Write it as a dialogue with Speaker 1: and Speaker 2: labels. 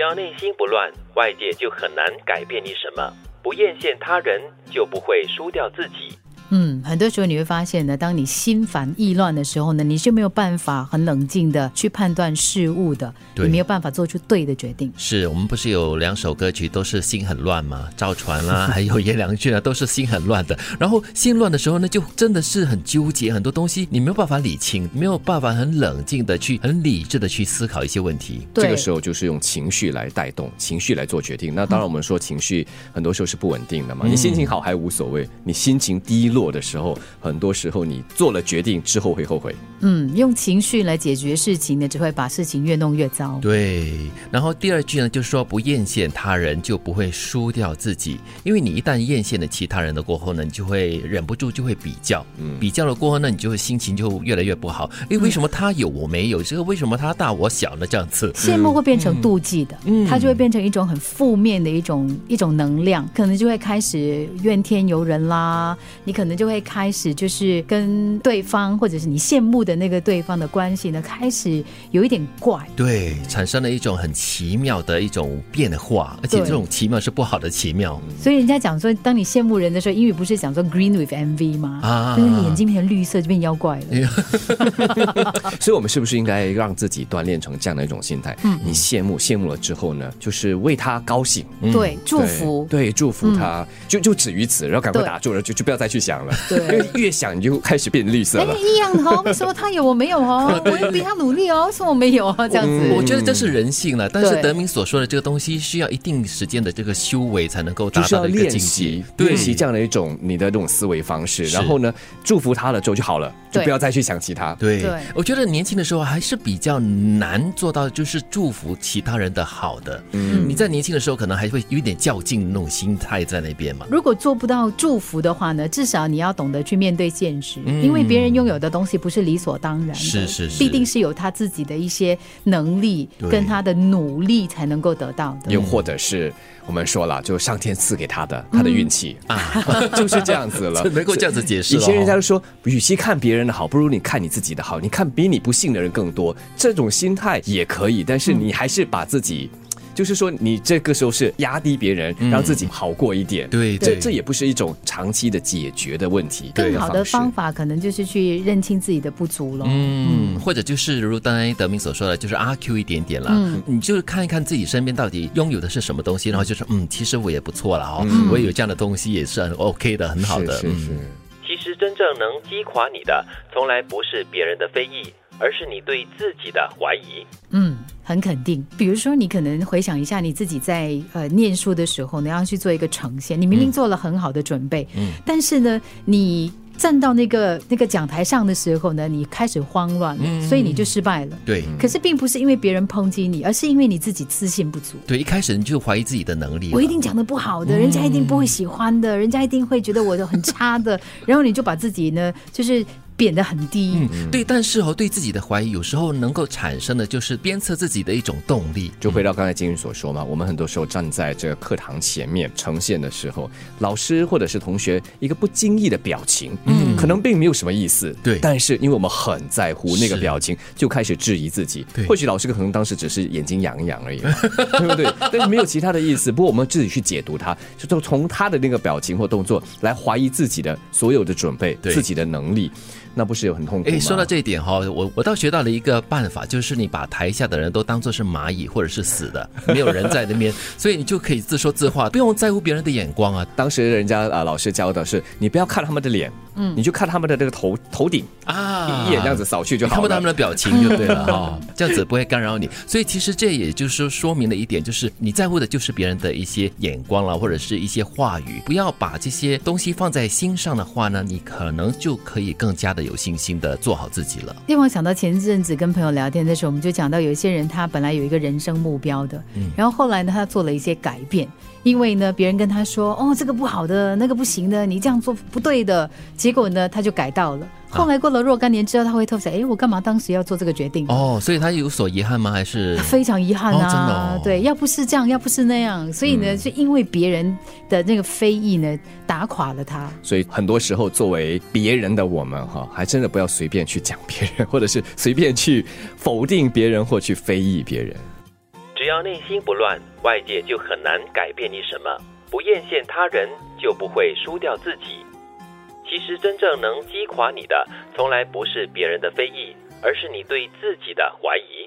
Speaker 1: 要内心不乱，外界就很难改变你什么。不艳羡他人，就不会输掉自己。
Speaker 2: 嗯，很多时候你会发现呢，当你心烦意乱的时候呢，你是没有办法很冷静的去判断事物的，
Speaker 3: 对
Speaker 2: 你没有办法做出对的决定。
Speaker 3: 是我们不是有两首歌曲都是心很乱吗？赵传 啦、还有叶良俊啊，都是心很乱的。然后心乱的时候呢，就真的是很纠结，很多东西你没有办法理清，没有办法很冷静的去、很理智的去思考一些问题。
Speaker 2: 对，
Speaker 4: 这个时候就是用情绪来带动，情绪来做决定。那当然，我们说情绪很多时候是不稳定的嘛。
Speaker 2: 嗯
Speaker 4: 你心情好还无所谓，你心情低落的时候，很多时候你做了决定之后会后悔。
Speaker 2: 嗯，用情绪来解决事情呢，只会把事情越弄越糟。
Speaker 3: 对，然后第二句呢，就是说不艳羡他人，就不会输掉自己。因为你一旦艳羡了其他人的过后呢，你就会忍不住就会比较，比较了过后呢，你就会心情就越来越不好。诶，为什么他有我没有？这个为什么他大我小呢？这样子，
Speaker 2: 羡慕会变成妒忌的，
Speaker 4: 嗯
Speaker 2: 它就会变成一种很负面的一种一种能量，可能就会开始怨天尤人啦。你可能就会开始就是跟对方或者是你羡慕的那个对方的关系呢，开始有一点怪。
Speaker 3: 对，产生了一种很奇妙的一种变化，而且
Speaker 2: 对
Speaker 3: 这种奇妙是不好的奇妙
Speaker 2: 所以人家讲说，当你羡慕人的时候，英语不是讲说 green with envy 吗？
Speaker 3: 啊嗯
Speaker 2: 就是你眼睛变成绿色就变妖怪了。啊
Speaker 4: 所以，我们是不是应该让自己锻炼成这样的一种心态？
Speaker 2: 嗯
Speaker 4: 你羡慕，羡慕了之后呢，就是为他高兴，
Speaker 2: 对，祝福。嗯
Speaker 4: 对，对祝福他，就就止于此，然后赶快
Speaker 2: 对
Speaker 4: 打住了，就就不要再去想了。
Speaker 2: 对
Speaker 4: 因为 越想你就开始变绿色
Speaker 2: 哎
Speaker 4: 了，。
Speaker 2: 一样的 哦，为什么他有我没有哦？我有比他努力哦，为什么我没有哦？
Speaker 3: 嗯
Speaker 2: 这样子。
Speaker 4: 嗯
Speaker 3: 我觉得这是人性了，但
Speaker 2: 对
Speaker 3: 是德明所说的这个东西需要一定时间的这个修为才能够
Speaker 4: 就
Speaker 3: 达
Speaker 4: 是要
Speaker 3: 到的一个
Speaker 4: 练
Speaker 3: 境界
Speaker 4: 习，，练习这样的一种你的这种思维方式，然后呢，祝福他了之后就好了，就
Speaker 2: 对
Speaker 4: 不要再去想其他。
Speaker 3: 对
Speaker 2: 对
Speaker 3: 我觉得年轻的时候还是比较难做到，就是祝福其他人的好的。嗯，你在年轻的时候可能还会有一点较劲那种心态在那边嘛。
Speaker 2: 如果做不到祝福的话呢，至少你要懂得去面对现实，因为别人拥有的东西不是理所当然的，
Speaker 3: 嗯是是是
Speaker 2: 必定是有他自己的一些能力
Speaker 3: 对。
Speaker 2: 跟他的努力才能够得到的。
Speaker 4: 又或者是我们说了，就上天赐给他的，他的运气啊， 就是这样子了
Speaker 3: 能 够这样子解释
Speaker 4: 以
Speaker 3: 了哦
Speaker 4: 前人家就说，与其看别人的好，不如你看你自己的好。你看比你不幸的人更多，这种心态也可以，但是你还是把自己，就是说你这个时候是压低别人，让自己好过一点。
Speaker 3: 对
Speaker 4: 这
Speaker 3: 对
Speaker 4: 这也不是一种长期的解决的问题，
Speaker 2: 更好的
Speaker 4: 式
Speaker 2: 方法可能就是去认清自己的不足了。
Speaker 3: 嗯，或者就是如刚才德明所说的，就是阿 Q 一点点啦。你就是看一看自己身边到底拥有的是什么东西，然后就是嗯，其实我也不错啦哦，我也有这样的东西也是很 OK 的，很好的。嗯
Speaker 4: 是是是。
Speaker 1: 其实真正能击垮你的，从来不是别人的非议，而是你对自己的怀疑。
Speaker 2: 嗯，很肯定。比如说，你可能回想一下你自己在呃念书的时候呢，要去做一个呈现，你明明做了很好的准备，嗯，但是呢，你。站到那个那个讲台上的时候呢，你开始慌乱了，所以你就失败了。
Speaker 3: 对
Speaker 2: 可是并不是因为别人抨击你，而是因为你自己自信不足。
Speaker 3: 对，一开始你就怀疑自己的能力了。
Speaker 2: 我一定讲的不好的，人家一定不会喜欢的，人家一定会觉得我的很差的，然后你就把自己呢，就是贬得很低。
Speaker 3: 嗯，对，但是哦，对自己的怀疑，有时候能够产生的就是鞭策自己的一种动力。
Speaker 4: 就回到刚才金云所说嘛，我们很多时候站在这个课堂前面呈现的时候，老师或者是同学一个不经意的表情，嗯，可能并没有什么意思，
Speaker 3: 对
Speaker 4: 但是因为我们很在乎那个
Speaker 3: 是
Speaker 4: 表情，就开始质疑自己。
Speaker 3: 对
Speaker 4: 或许老师可能当时只是眼睛痒痒而已 嘛，对不对？但是没有其他的意思。不过我们自己去解读它，就就从他的那个表情或动作来怀疑自己的所有的准备、
Speaker 3: 对
Speaker 4: 自己的能力，那不是有很痛苦吗？
Speaker 3: 诶，说到这一点哈、我我倒学到了一个办法，就是你把台下的人都当做是蚂蚁或者是死的，没有人在那边，所以你就可以自说自话，不用在乎别人的眼光啊
Speaker 4: 当时人家呃老师教的是，你不要看他们的脸，嗯，你就看他们的这个头头顶，
Speaker 3: 啊，
Speaker 4: 一眼这样子扫去就
Speaker 3: 你看
Speaker 4: 好
Speaker 3: 不到他
Speaker 4: 了
Speaker 3: 们。的表情就对了哈、 这样子呃不会干扰你。所以其实这也就是说明了一点，就是你在乎的就是别人的一些眼光啦，或者是一些话语，不要把这些东西放在心上的话呢，你可能就可以更加的有信心的做好自己了。
Speaker 2: 另外想到前阵子跟朋友聊天的时候，我们就讲到有一些人他本来有一个人生目标的，
Speaker 3: 嗯
Speaker 2: 然后后来呢他做了一些改变，因为呢别人跟他说哦这个不好的，那个不行的，你这样做不对的，结果呢他就改到了。
Speaker 3: 啊
Speaker 2: 后来过了若干年之后，他回头想，哎，我干嘛当时要做这个决定？
Speaker 3: 哦，所以他有所遗憾吗？还是
Speaker 2: 非常遗憾
Speaker 3: 哦真的
Speaker 2: 啊，
Speaker 3: 哦嗯
Speaker 2: 对，要不是这样，要不是那样，所以呢，就因为别人的那个非议呢，打垮了他。
Speaker 4: 所以很多时候，作为别人的我们哈，还真的不要随便去讲别人，或者是随便去否定别人或去非议别人。
Speaker 1: 只要内心不乱，外界就很难改变你什么。不艳羡他人，就不会输掉自己。其实真正能击垮你的，从来不是别人的非议，而是你对自己的怀疑。